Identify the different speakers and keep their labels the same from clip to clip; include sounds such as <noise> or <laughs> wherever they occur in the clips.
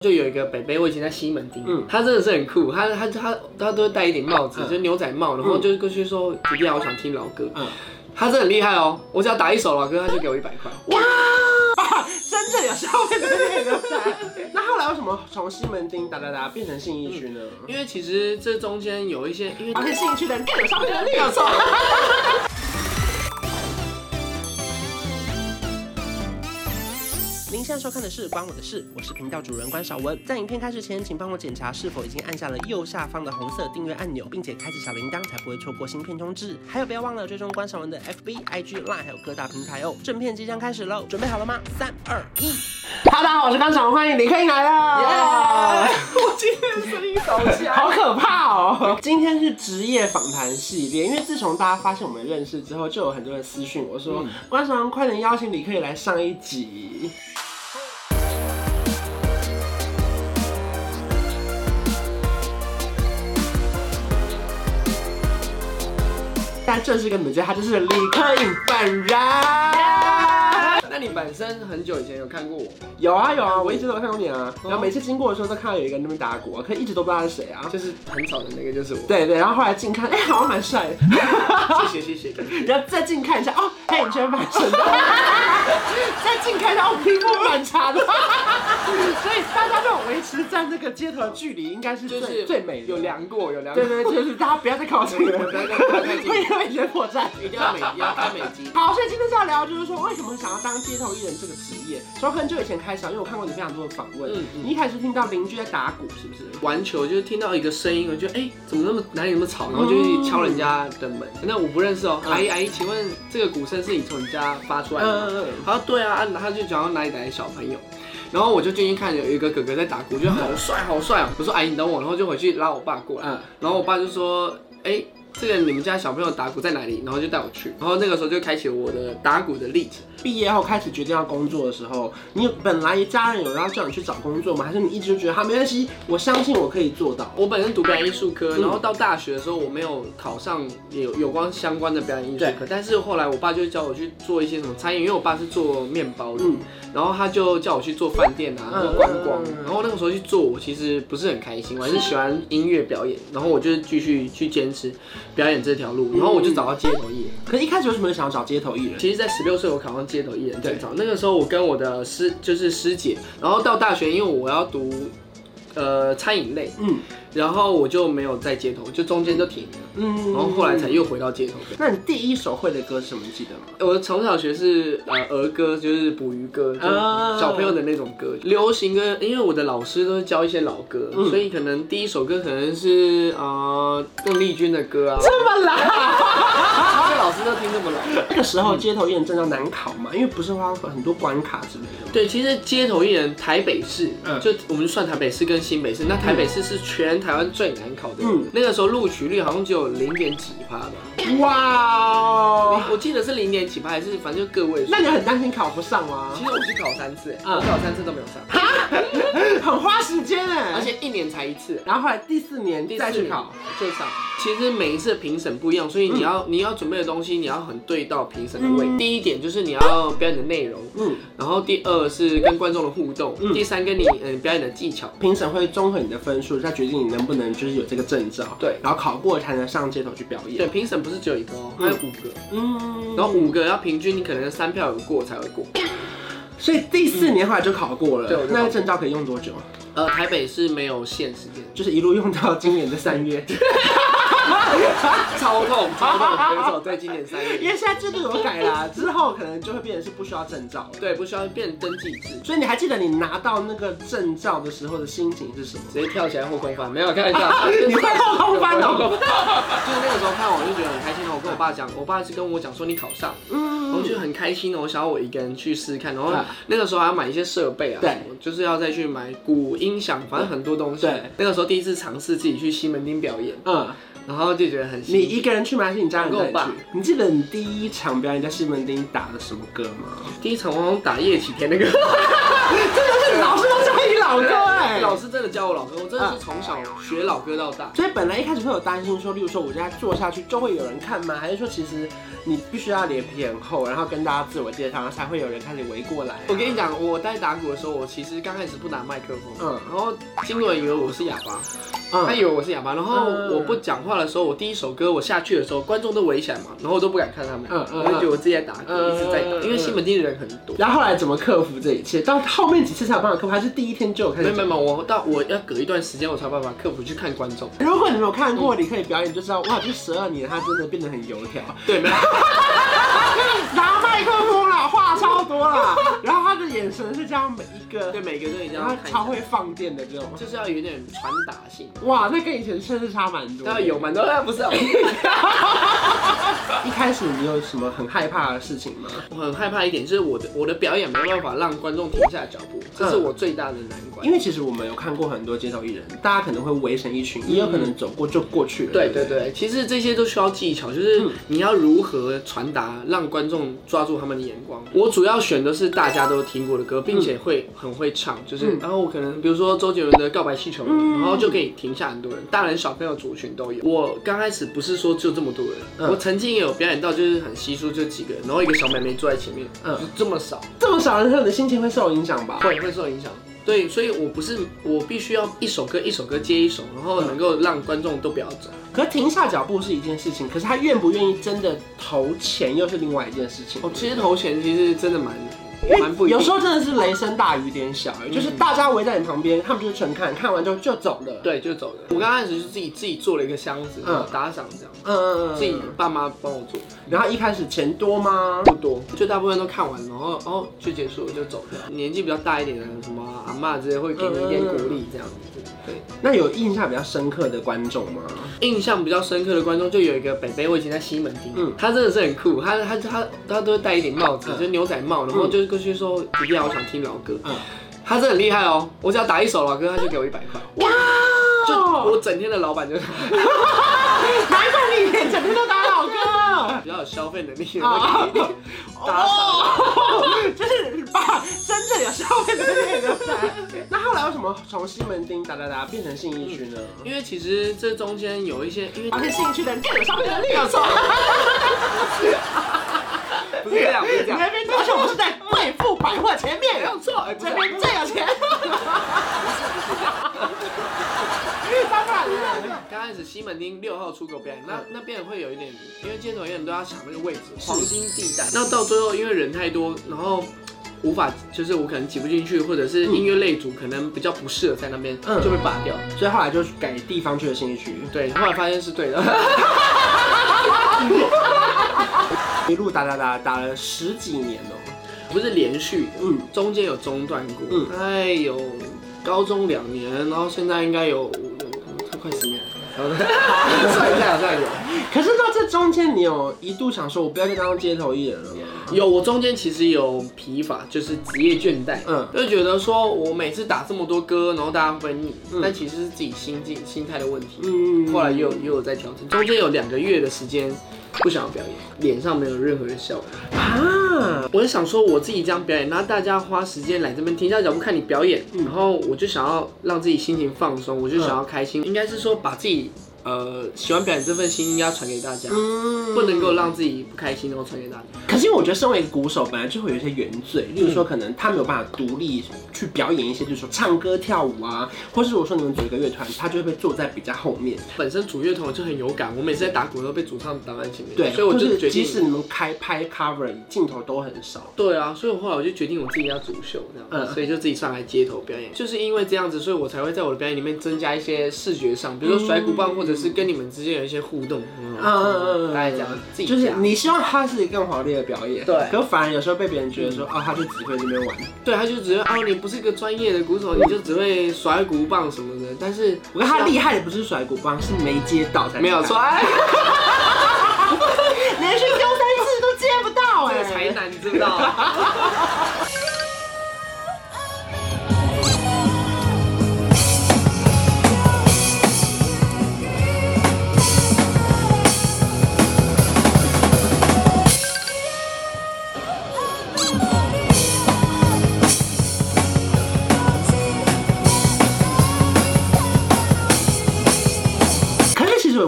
Speaker 1: 就有一个北北，我以前在西门町，
Speaker 2: 嗯
Speaker 1: 他真的是很酷，他他他他都会戴一顶帽子，
Speaker 2: 嗯
Speaker 1: 就是牛仔帽，然后
Speaker 2: 嗯
Speaker 1: 就过去说姐弟啊，我想听老歌，
Speaker 2: 嗯
Speaker 1: 他真的很厉害哦，我只要打一首老歌，他就给我一百块，
Speaker 2: <laughs> 真正有消费者那个在。那后来为什么从西门町哒哒哒变成信义区 <laughs> 呢？
Speaker 1: 因为其实这中间有一些，因为
Speaker 2: 而且信义区的人更有消费能力，有错。 <laughs> 您现在收看的是《关我的事》，我是频道主人关少文。在影片开始前，请帮我检查是否已经按下了右下方的红色订阅按钮，并且开启小铃铛，才不会错过新片通知。还有，不要忘了追踪关少文的 FB、IG、Line，还有各大平台哦。正片即将开始喽，准备好了吗？三、二、一。哈喽，大家好，我是关少文，欢迎李克啊颖来了。
Speaker 1: <laughs> 我今天声音好强，
Speaker 2: 好可怕哦！今天是职业访谈系列，因为自从大家发现我们认识之后，就有很多人私讯我说，关少文快点邀请李克以来上一集。但正式跟你们介绍，他就是李克颖本人。
Speaker 1: 那你本身很久以前有看过我吗，
Speaker 2: 有啊有啊，我一直都有看过你啊，然后每次经过的时候都看到有一个人在那边打鼓啊，可一直都不知道他是谁啊。
Speaker 1: 就是很吵的那个就是我，
Speaker 2: 对对，然后后来近看，哎、好像蛮帅 <laughs> 的。
Speaker 1: 谢谢谢谢。
Speaker 2: 然后再近看一下，哦，黑眼圈蛮深的。 <laughs> 再近看一下，哦，皮肤蛮差的。 <laughs> 所以大家这种维持在那个街头的距离，应该是最、
Speaker 1: 就是
Speaker 2: 最美的。
Speaker 1: 有。量过，有量过
Speaker 2: 对，对，就是大家不要再靠近了，
Speaker 1: 不要再靠近
Speaker 2: 会有一些破绽。
Speaker 1: 一定要美，要开美肌。
Speaker 2: 好，所以今天是要聊，就是说为什么想要当街头艺人这个职业？从很久以前开始啊，因为我看过你非常多的访问，
Speaker 1: 嗯嗯
Speaker 2: 你一开始听到邻居在打鼓，是不是？
Speaker 1: 玩球就是听到一个声音，我就哎、怎么那么哪里那么吵，然后就去敲人家的门。那我不认识哦、
Speaker 2: 嗯
Speaker 1: 阿姨阿姨，请问这个鼓声是你从你家发出来的吗？
Speaker 2: 嗯嗯嗯。
Speaker 1: 他说对啊，啊然后他就讲到哪里来的小朋友，然后我就进去看有一个哥哥在打鼓，我觉得好帅好帅哦、我说阿姨你等我，然后就回去拉我爸过来，
Speaker 2: 嗯
Speaker 1: 然后我爸就说哎。这个你们家小朋友打鼓在哪里？然后就带我去，然后那个时候就开启我的打鼓的历程。
Speaker 2: 毕业后开始决定要工作的时候，你有本来家人有要叫你去找工作吗？还是你一直就觉得他没关系，我相信我可以做到？
Speaker 1: 我本身读表演艺术科，
Speaker 2: 嗯
Speaker 1: 然后到大学的时候我没有考上有有关相关的表演艺术科，但是后来我爸就叫我去做一些什么餐饮，因为我爸是做面包的，
Speaker 2: 嗯，
Speaker 1: 然后他就叫我去做饭店啊，
Speaker 2: 嗯
Speaker 1: 做观光
Speaker 2: 嗯。
Speaker 1: 然后那个时候去做，我其实不是很开心，我还是喜欢音乐表演，然后我就继续去坚持表演这条路，然后我就找到街头艺人。
Speaker 2: 可是一开始为什么想要找街头艺人？
Speaker 1: 其实，在十六岁我考上街头艺人证照，那个时候我跟我的师就是师姐，然后到大学，因为我要读呃餐饮类，
Speaker 2: 嗯
Speaker 1: 然后我就没有在街头，就中间就停了，
Speaker 2: 嗯
Speaker 1: 然后后来才。又回到街头。
Speaker 2: 那你第一首会的歌是什么？你记得吗？
Speaker 1: 我从小学是呃儿歌，就是捕鱼歌，就
Speaker 2: 啊
Speaker 1: 小朋友的那种歌，流行歌。因为我的老师都是教一些老歌，
Speaker 2: 嗯
Speaker 1: 所以可能第一首歌可能是呃邓丽君的歌啊，
Speaker 2: 这么啦，
Speaker 1: <laughs> 这老师都听这么老。
Speaker 2: 那个时候街头艺人证照难考嘛，因为不是会有很多关卡之类的。
Speaker 1: 对，其实街头艺人台北市，
Speaker 2: 嗯
Speaker 1: 就我们就算台北市跟新北市，那台北市是全台湾最难考的，
Speaker 2: 嗯
Speaker 1: 那个时候录取率好像只有零点几趴吧，
Speaker 2: 哇哦，
Speaker 1: 我记得是零点几趴还是反正就个位数。
Speaker 2: 那你很担心考不上
Speaker 1: <laughs>
Speaker 2: 吗
Speaker 1: 其？实我去考三次，
Speaker 2: 嗯
Speaker 1: 我考三次都没有上，
Speaker 2: 很花时间哎，
Speaker 1: 而且一年才一次。
Speaker 2: 然后后来第四年
Speaker 1: 第
Speaker 2: 再
Speaker 1: 四
Speaker 2: 去
Speaker 1: 年
Speaker 2: 考，
Speaker 1: 就上。其实每一次评审不一样，所以你要、你要准备的东西，你要很对到评审的胃。
Speaker 2: 嗯
Speaker 1: 第一点就是你要表演的内容，
Speaker 2: 嗯，
Speaker 1: 然后第二是跟观众的互动，
Speaker 2: 嗯
Speaker 1: 第三跟你嗯、呃表演的技巧。
Speaker 2: 评审会综合你的分数，再决定你能不能就是有这个证照。
Speaker 1: 对
Speaker 2: 然后考过才能上街头去表
Speaker 1: 对，
Speaker 2: 演。
Speaker 1: 评审不是只有一个哦，还
Speaker 2: 嗯
Speaker 1: 有五个，
Speaker 2: 嗯
Speaker 1: 然后五个要平均，你可能三票有过才会过。
Speaker 2: 所以第四年后来就考过了。
Speaker 1: 对我就考过
Speaker 2: 那个证照可以用多久？
Speaker 1: 呃，台北是没有限时间，
Speaker 2: 就是一路用到今年的三月，
Speaker 1: 超痛超痛，选手在今年 <laughs> 三
Speaker 2: 因
Speaker 1: 月，
Speaker 2: 为现在制度有改
Speaker 1: <laughs>
Speaker 2: 啦，之后可能就会变成是不需要证照了。
Speaker 1: 对，不需要变登记制，
Speaker 2: 所以你还记得你拿到那个证照的时候的心情是什么？
Speaker 1: 直接跳起来后空翻，没有开玩笑，
Speaker 2: 你会后空翻哦。
Speaker 1: 就是那个时候看完我就觉得很开心，哦然后我跟我爸讲，我爸是跟我讲说你考上，然后
Speaker 2: <laughs> 嗯
Speaker 1: 我就很开心哦，我想要我一个人去试试看，然后
Speaker 2: 啊
Speaker 1: 那个时候还要买一些设备啊，
Speaker 2: 对
Speaker 1: 什么，就是要再去买鼓、音响，反正很多东西
Speaker 2: 对。
Speaker 1: 那个时候第一次尝试自己去西门町表演，
Speaker 2: 嗯，
Speaker 1: 然后就觉得很
Speaker 2: 你
Speaker 1: 新。
Speaker 2: 一个人去吗？还是你家人
Speaker 1: 我跟
Speaker 2: 带
Speaker 1: 我
Speaker 2: 你
Speaker 1: 爸
Speaker 2: 去？你记得你第一场表演在西门町打的什么歌吗？
Speaker 1: 第一场我好像打夜启天那个，
Speaker 2: 真的是老师都教你老歌哎，
Speaker 1: 老师是真的教我老歌，我真的是从小学老歌到大。
Speaker 2: 所以本来一开始会有担心说，例如说我现在做下去就会有人看吗？还是说其实你必须要脸皮很厚，然后跟大家自我介绍，然后才会有人开始围过来啊、
Speaker 1: 我跟你讲，我在打鼓的时候，我其实刚开始不拿麦克风，
Speaker 2: 嗯
Speaker 1: 然后经理人以为我是哑巴，他
Speaker 2: 嗯，
Speaker 1: 以为我是哑巴，然后
Speaker 2: 嗯
Speaker 1: 我不讲话的时候，我第一首歌我下去的时候，观众都围起来嘛，然后我都不敢看他们，
Speaker 2: 嗯嗯
Speaker 1: 我就觉得我自己在打鼓，
Speaker 2: 嗯
Speaker 1: 一直在打，因为西门町的人很多。
Speaker 2: 然后后来怎么克服这一切？到后面几次才有办法克服，还是第一天就有开
Speaker 1: 没
Speaker 2: 始
Speaker 1: 有？没有，没有我到我要隔一段时间我才有办法克服去看观众。
Speaker 2: 如果你没有看过李克以表演，就知道哇，这十二年他真的变得很油条，
Speaker 1: 对，没有。
Speaker 2: 拿麦克风了，话超多了，然后他的眼神是这样每一个，
Speaker 1: 对每个人一定要
Speaker 2: 然后
Speaker 1: 看一
Speaker 2: 超
Speaker 1: 下，
Speaker 2: 会放电的这种，
Speaker 1: 就是要有点传达性。
Speaker 2: 哇，那跟以前甚至差蛮多的。
Speaker 1: 当然有蛮多，但不是啊。
Speaker 2: 一开始你有什么很害怕的事情吗？
Speaker 1: 我很害怕一点就是我的我的表演没办法让观众停下脚步，这是我最大的难关
Speaker 2: 嗯因。为其实我们有看过很多街头艺人，大家可能会围成一群，也有可能走过就过去了。
Speaker 1: 嗯对
Speaker 2: 不
Speaker 1: 对对，其实这些都需要技巧，就是你要如何传达，让观众抓住他们的眼光。
Speaker 2: 嗯
Speaker 1: 我主要选的是大家都听过的歌，并且会很会唱，就是
Speaker 2: 嗯
Speaker 1: 然后我可能比如说周杰伦的《告白气球》，然后就可以停下很多人，大人小朋友族群都有。我刚开始不是说就这么多
Speaker 2: 嗯
Speaker 1: 人，我曾经也有表演到就是很稀疏，就几个人，然后一个小妹妹坐在前面，
Speaker 2: 嗯
Speaker 1: 就这么少。
Speaker 2: 这么少的时候，你的心情会受影响吧？
Speaker 1: 会会受影响。对，所以我不是我必须要一首歌一首歌接一首，然后能够让观众都不要走。
Speaker 2: 可停下脚步是一件事情，可是他愿不愿意真的投钱又是另外一件事情。
Speaker 1: 哦，其实投钱其实真的蛮蛮不一
Speaker 2: 有
Speaker 1: 定嗯
Speaker 2: 时。候真的是雷声大雨点小，欸就是大家围在你旁边，他们就是纯看，看完之后就走了。，
Speaker 1: 对，就走了。我刚开始是自己自己做了一个箱子，
Speaker 2: 嗯
Speaker 1: 打赏这样，
Speaker 2: 嗯，
Speaker 1: 自己爸妈帮我做，
Speaker 2: 然后一开始钱多吗？
Speaker 1: 不多，就大部分都看完，然后哦就结束了，就走掉。年纪比较大一点的，什么阿嬷之类会给你一点鼓励这样子。对，
Speaker 2: 那有印象比较深刻的观众吗？
Speaker 1: 印象比较深刻的观众就有一个北北，我以前在西门町，
Speaker 2: 嗯
Speaker 1: 他真的是很酷，他他他他都会戴一顶帽子，
Speaker 2: 嗯
Speaker 1: 就是牛仔帽，然后就是过去说一定要我想听老歌，
Speaker 2: 嗯
Speaker 1: 他真的很厉害哦，我只要打一首老歌，他就给我一百块，
Speaker 2: 哇，
Speaker 1: 就我整天的老板就是 <laughs>
Speaker 2: 难怪你连整天都打老歌。
Speaker 1: 比较有消费能力的那
Speaker 2: 啊
Speaker 1: 个，打
Speaker 2: 哦， <laughs> 就是把真正有消费的那留下来。那后来为什么从西门町哒哒哒变成信义区呢？
Speaker 1: <laughs> 因为其实这中间有一些，因为
Speaker 2: 而且信义区的人更有消费能力，
Speaker 1: 没有
Speaker 2: <laughs>
Speaker 1: 错，不是这样，不是这
Speaker 2: 你 <laughs>
Speaker 1: 样，
Speaker 2: 那边，而且我们是在贵妇百货前
Speaker 1: 没
Speaker 2: 面，
Speaker 1: 有错，哎不
Speaker 2: 这
Speaker 1: 是
Speaker 2: 边最有钱。当然了，
Speaker 1: 刚开始西门町六号出口表演，那那边会有一点，因为街头艺人都要抢那个位置，黄金地带。那到最后，因为人太多，然后无法，就是我可能挤不进去，或者是音乐类组可能比较不适合在那边，
Speaker 2: 嗯
Speaker 1: 就被拔掉。
Speaker 2: 所以后来就改地方去了信义区，
Speaker 1: 对，后来发现是对的。
Speaker 2: 一路打打打打了十几年哦。
Speaker 1: <laughs> 不是连续的，
Speaker 2: 嗯，
Speaker 1: 中间有中断过，
Speaker 2: 嗯
Speaker 1: 大概有高中两年，然后现在应该有五快十年了，然后 <laughs> 算一下好像有。
Speaker 2: 可是到这中间，你有一度想说，我不要再当街头艺人了吗？
Speaker 1: <laughs> 有，我中间其实有疲乏，就是职业倦怠，
Speaker 2: 嗯
Speaker 1: 嗯，就觉得说我每次打这么多歌，然后大家会不会腻，
Speaker 2: 嗯
Speaker 1: 但其实是自己心境心态的问题。
Speaker 2: 嗯
Speaker 1: 后来又又有在调整，中间有两个月的时间不想要表演，脸上没有任何的笑容。
Speaker 2: 嗯啊，
Speaker 1: 我就想说我自己这样表演，那大家花时间来这边停下脚步看你表演，
Speaker 2: 嗯
Speaker 1: 然后我就想要让自己心情放松，我就想要开心，应该是说把自己呃喜欢表演这份心应该要传给大家，
Speaker 2: 嗯
Speaker 1: 不能够让自己不开心然后传给大家。
Speaker 2: 可是因为我觉得，身为一个鼓手，本来就会有一些原罪，例如说，可能他没有办法独立去表演一些，就是说唱歌、跳舞啊，或是我说你们组一个乐团，他就会被坐在比较后面。
Speaker 1: 本身主乐团我就很有感，我每次在打鼓都被主唱挡在前面，
Speaker 2: 对，
Speaker 1: 所以我
Speaker 2: 就
Speaker 1: 就是决
Speaker 2: 即
Speaker 1: 定，
Speaker 2: 使你们开拍 cover，镜头都很少。
Speaker 1: 对啊，所以我后来我就决定我自己要主秀这样，
Speaker 2: 嗯
Speaker 1: 所以就自己上来街头表演，就是因为这样子，所以我才会在我的表演里面增加一些视觉上，比如说甩鼓棒，或者是跟你们之间有一些互动，嗯
Speaker 2: 嗯嗯嗯嗯，
Speaker 1: 大概这样，自己
Speaker 2: 就是
Speaker 1: 加
Speaker 2: 你希望他是一个更华丽的表演，
Speaker 1: 对
Speaker 2: 可反而有时候被别人觉得说，哦，他就只会那边玩，
Speaker 1: 对，他就只会哦，你不是一个专业的鼓手，你就只会甩鼓棒什么的。但是
Speaker 2: 我看他厉害的不是甩鼓棒，是没接到才
Speaker 1: 没有
Speaker 2: 厉害
Speaker 1: 错，，
Speaker 2: <laughs>
Speaker 1: 哎，
Speaker 2: 连续丢三次都接不到
Speaker 1: 这
Speaker 2: 哎、
Speaker 1: 个才难，你知不知道？
Speaker 2: <laughs>
Speaker 3: Thank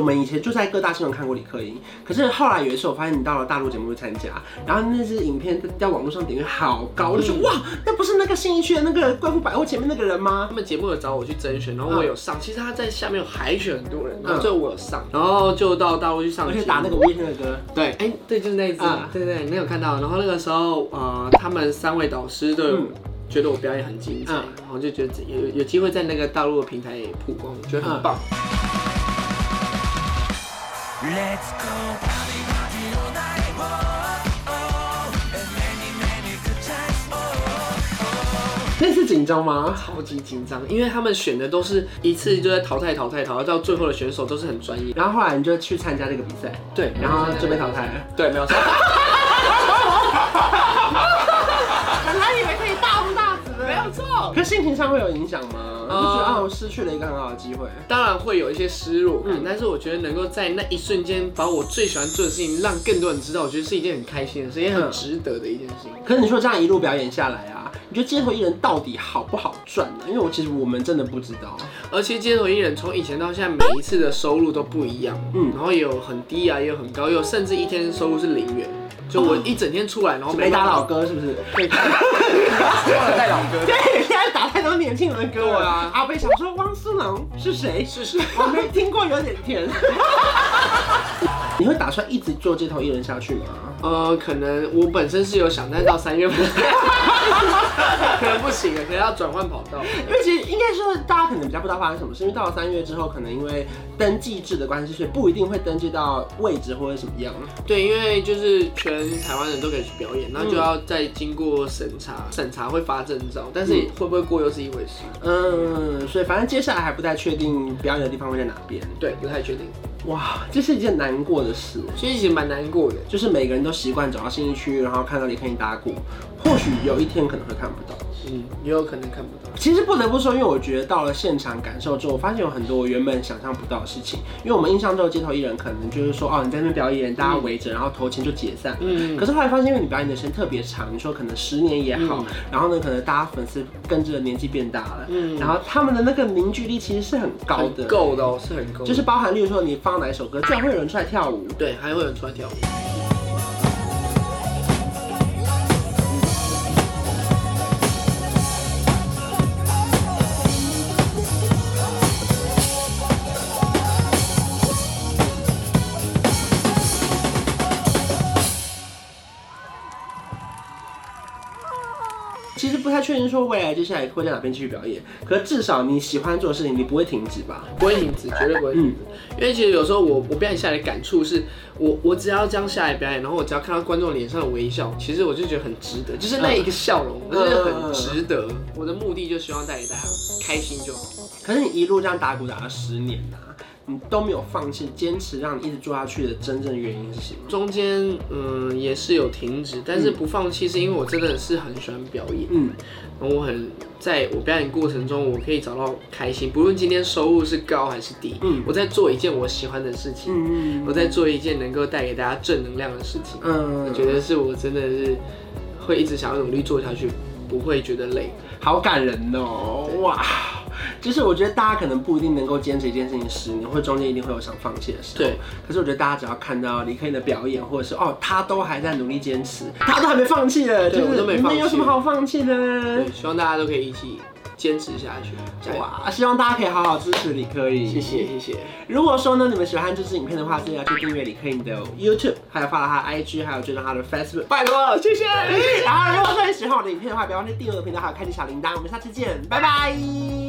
Speaker 2: 我们以前就在各大新闻看过李克英，可是后来有一次我发现你到了大陆节目去参加，然后那支影片在在网络上点阅好高，我就说
Speaker 1: 嗯
Speaker 2: 哇，那不是那个信义区的那个贵妇百货前面那个人吗？
Speaker 1: 他们节目有找我去甄选，然后我有上。其实他在下面有海选很多人，然后
Speaker 2: 嗯
Speaker 1: 最后我有上，然后就到大陆去上
Speaker 2: 而
Speaker 1: 节目，
Speaker 2: 且打那个午夜那个歌，
Speaker 1: 对，哎，对，就是那一只
Speaker 2: 啊，
Speaker 1: 对对，没有看到。然后那个时候，呃，他们三位导师都有
Speaker 2: 嗯
Speaker 1: 觉得我表演很精彩
Speaker 2: 嗯，
Speaker 1: 然后就觉得有有机会在那个大陆的平台也曝光，我觉得很棒。
Speaker 2: 嗯那次紧张吗？
Speaker 1: 超级紧张，因为他们选的都是一次就在淘汰、淘汰、淘汰，到最后的选手都是很专业。
Speaker 2: 然后后来你就去参加这个比赛，
Speaker 1: 对，
Speaker 2: 然后就被淘汰了。
Speaker 1: 对，没
Speaker 2: <laughs>
Speaker 1: 有错。
Speaker 3: 本来以为可以大红大紫的，没有错。
Speaker 2: 可心情上会有影响吗？
Speaker 1: 呃
Speaker 2: 就觉得啊，我失去了一个很好的机会。
Speaker 1: 当然会有一些失落感，
Speaker 2: 嗯
Speaker 1: 但是我觉得能够在那一瞬间把我最喜欢做的事情让更多人知道，我觉得是一件很开心的事，也很
Speaker 2: 嗯
Speaker 1: 值得的一件事情。
Speaker 2: 可是你说这样一路表演下来啊，你觉得街头艺人到底好不好赚呢、因为我其实我们真的不知道。
Speaker 1: 而且街头艺人从以前到现在，每一次的收入都不一样，
Speaker 2: 嗯
Speaker 1: 然后也有很低啊，也有很高，也有甚至一天收入是零元，就我一整天出来，然后
Speaker 2: 没
Speaker 1: 办
Speaker 2: 打
Speaker 1: 法
Speaker 2: 老，
Speaker 1: <laughs>
Speaker 2: 歌是不是？
Speaker 1: 对，
Speaker 2: <laughs>
Speaker 1: 忘了带老歌，
Speaker 2: 对，现在打太多年轻人的歌了。
Speaker 1: 对啊
Speaker 2: 阿贝想说汪苏泷是谁？
Speaker 1: 是是，
Speaker 2: 我没听过，有点甜。 <laughs> 你会打算一直做街头艺人下去吗？
Speaker 1: 呃，可能我本身是有想，但是到三月份， <laughs> 可能不行了，可能要转换跑道。
Speaker 2: 因为其实应该说，大家可能比较不知道发生什么事，因为到了三月之后，可能因为登记制的关系，所以不一定会登记到位置或者什么样。
Speaker 1: 对，因为就是全台湾人都可以去表演，然后就要再经过审查，审查会发证照，但是会不会过又是一回事。
Speaker 2: 嗯，所以反正接下来还不太确定表演的地方会在哪边。
Speaker 1: 对，不太确定，
Speaker 2: 哇，这是一件难过的事，
Speaker 1: 所以其实蛮难过的。
Speaker 2: 就是每个人都习惯走到新一区，然后看到李克勤搭过，或许有一天可能会看不到。
Speaker 1: 嗯，也有可能看不到。
Speaker 2: 其实不得不说，因为我觉得到了现场感受之后，我发现有很多我原本想象不到的事情。因为我们印象中的街头艺人可能就是说，哦，你在那边表演，大家围着，然后投钱就解散。
Speaker 1: 嗯
Speaker 2: 可是后来发现，因为你表演的时间特别长，你说可能十年也好
Speaker 1: 嗯，
Speaker 2: 然后呢，可能大家粉丝跟着年纪变大了，
Speaker 1: 嗯
Speaker 2: 然后他们的那个凝聚力其实是很高
Speaker 1: 很
Speaker 2: 的，
Speaker 1: 够的哦，是很够的，
Speaker 2: 就是包含例如说你放哪一首歌，居然会有人出来跳舞。
Speaker 1: 对，还会有人出来跳舞。
Speaker 2: 其实不太确定说未来接下来会在哪边继续表演，可是至少你喜欢做的事情，你不会停止吧？
Speaker 1: 不会停止，绝对不会停止。因为其实有时候我我表演下来的感触是，我我只要这样下来表演，然后我只要看到观众脸上的微笑，其实我就觉得很值得，就是那一个笑容，我就觉得很值得。我的目的就希望带给大家开心就好。
Speaker 2: 可是你一路这样打鼓打了十年啊，你都没有放弃，坚持让你一直做下去的真正原因是什么？
Speaker 1: 中间嗯也是有停止，但是不放弃，是因为我真的是很喜欢表演，
Speaker 2: 嗯，
Speaker 1: 然后我很在我表演过程中，我可以找到开心，不论今天收入是高还是低，
Speaker 2: 嗯
Speaker 1: 我在做一件我喜欢的事情，
Speaker 2: 嗯
Speaker 1: 我在做一件能够带给大家正能量的事情。
Speaker 2: 嗯，
Speaker 1: 我
Speaker 2: 我
Speaker 1: 觉
Speaker 2: 觉得
Speaker 1: 得是我真的是会一直想要努力做下去，不会觉得累。
Speaker 2: 好感人哦，哇！就是我觉得大家可能不一定能够坚持一件事情十年，或中间一定会有想放弃的时候。
Speaker 1: 对。
Speaker 2: 可是我觉得大家只要看到李克勤的表演，或者是哦，他都还在努力坚持，他都还没放弃的，
Speaker 1: 对
Speaker 2: 就是
Speaker 1: 我都没放弃
Speaker 2: 那有什么好放弃的
Speaker 1: 对
Speaker 2: 呢？，
Speaker 1: 希望大家都可以一起坚持下去，加油！
Speaker 2: 哇！希望大家可以好好支持李克勤。
Speaker 1: 谢谢谢谢，
Speaker 2: 如果说呢，你们喜欢这支影片的话，记得要去订阅李克颖的 YouTube，还有发了他的 IG，还有追踪他的
Speaker 1: <laughs>
Speaker 2: Facebook。哎
Speaker 1: 拜托了，谢谢。
Speaker 2: 然后，如果说你喜欢我的影片的话，别忘记订阅我的频道，还有开启小铃铛。我们下次见，拜拜。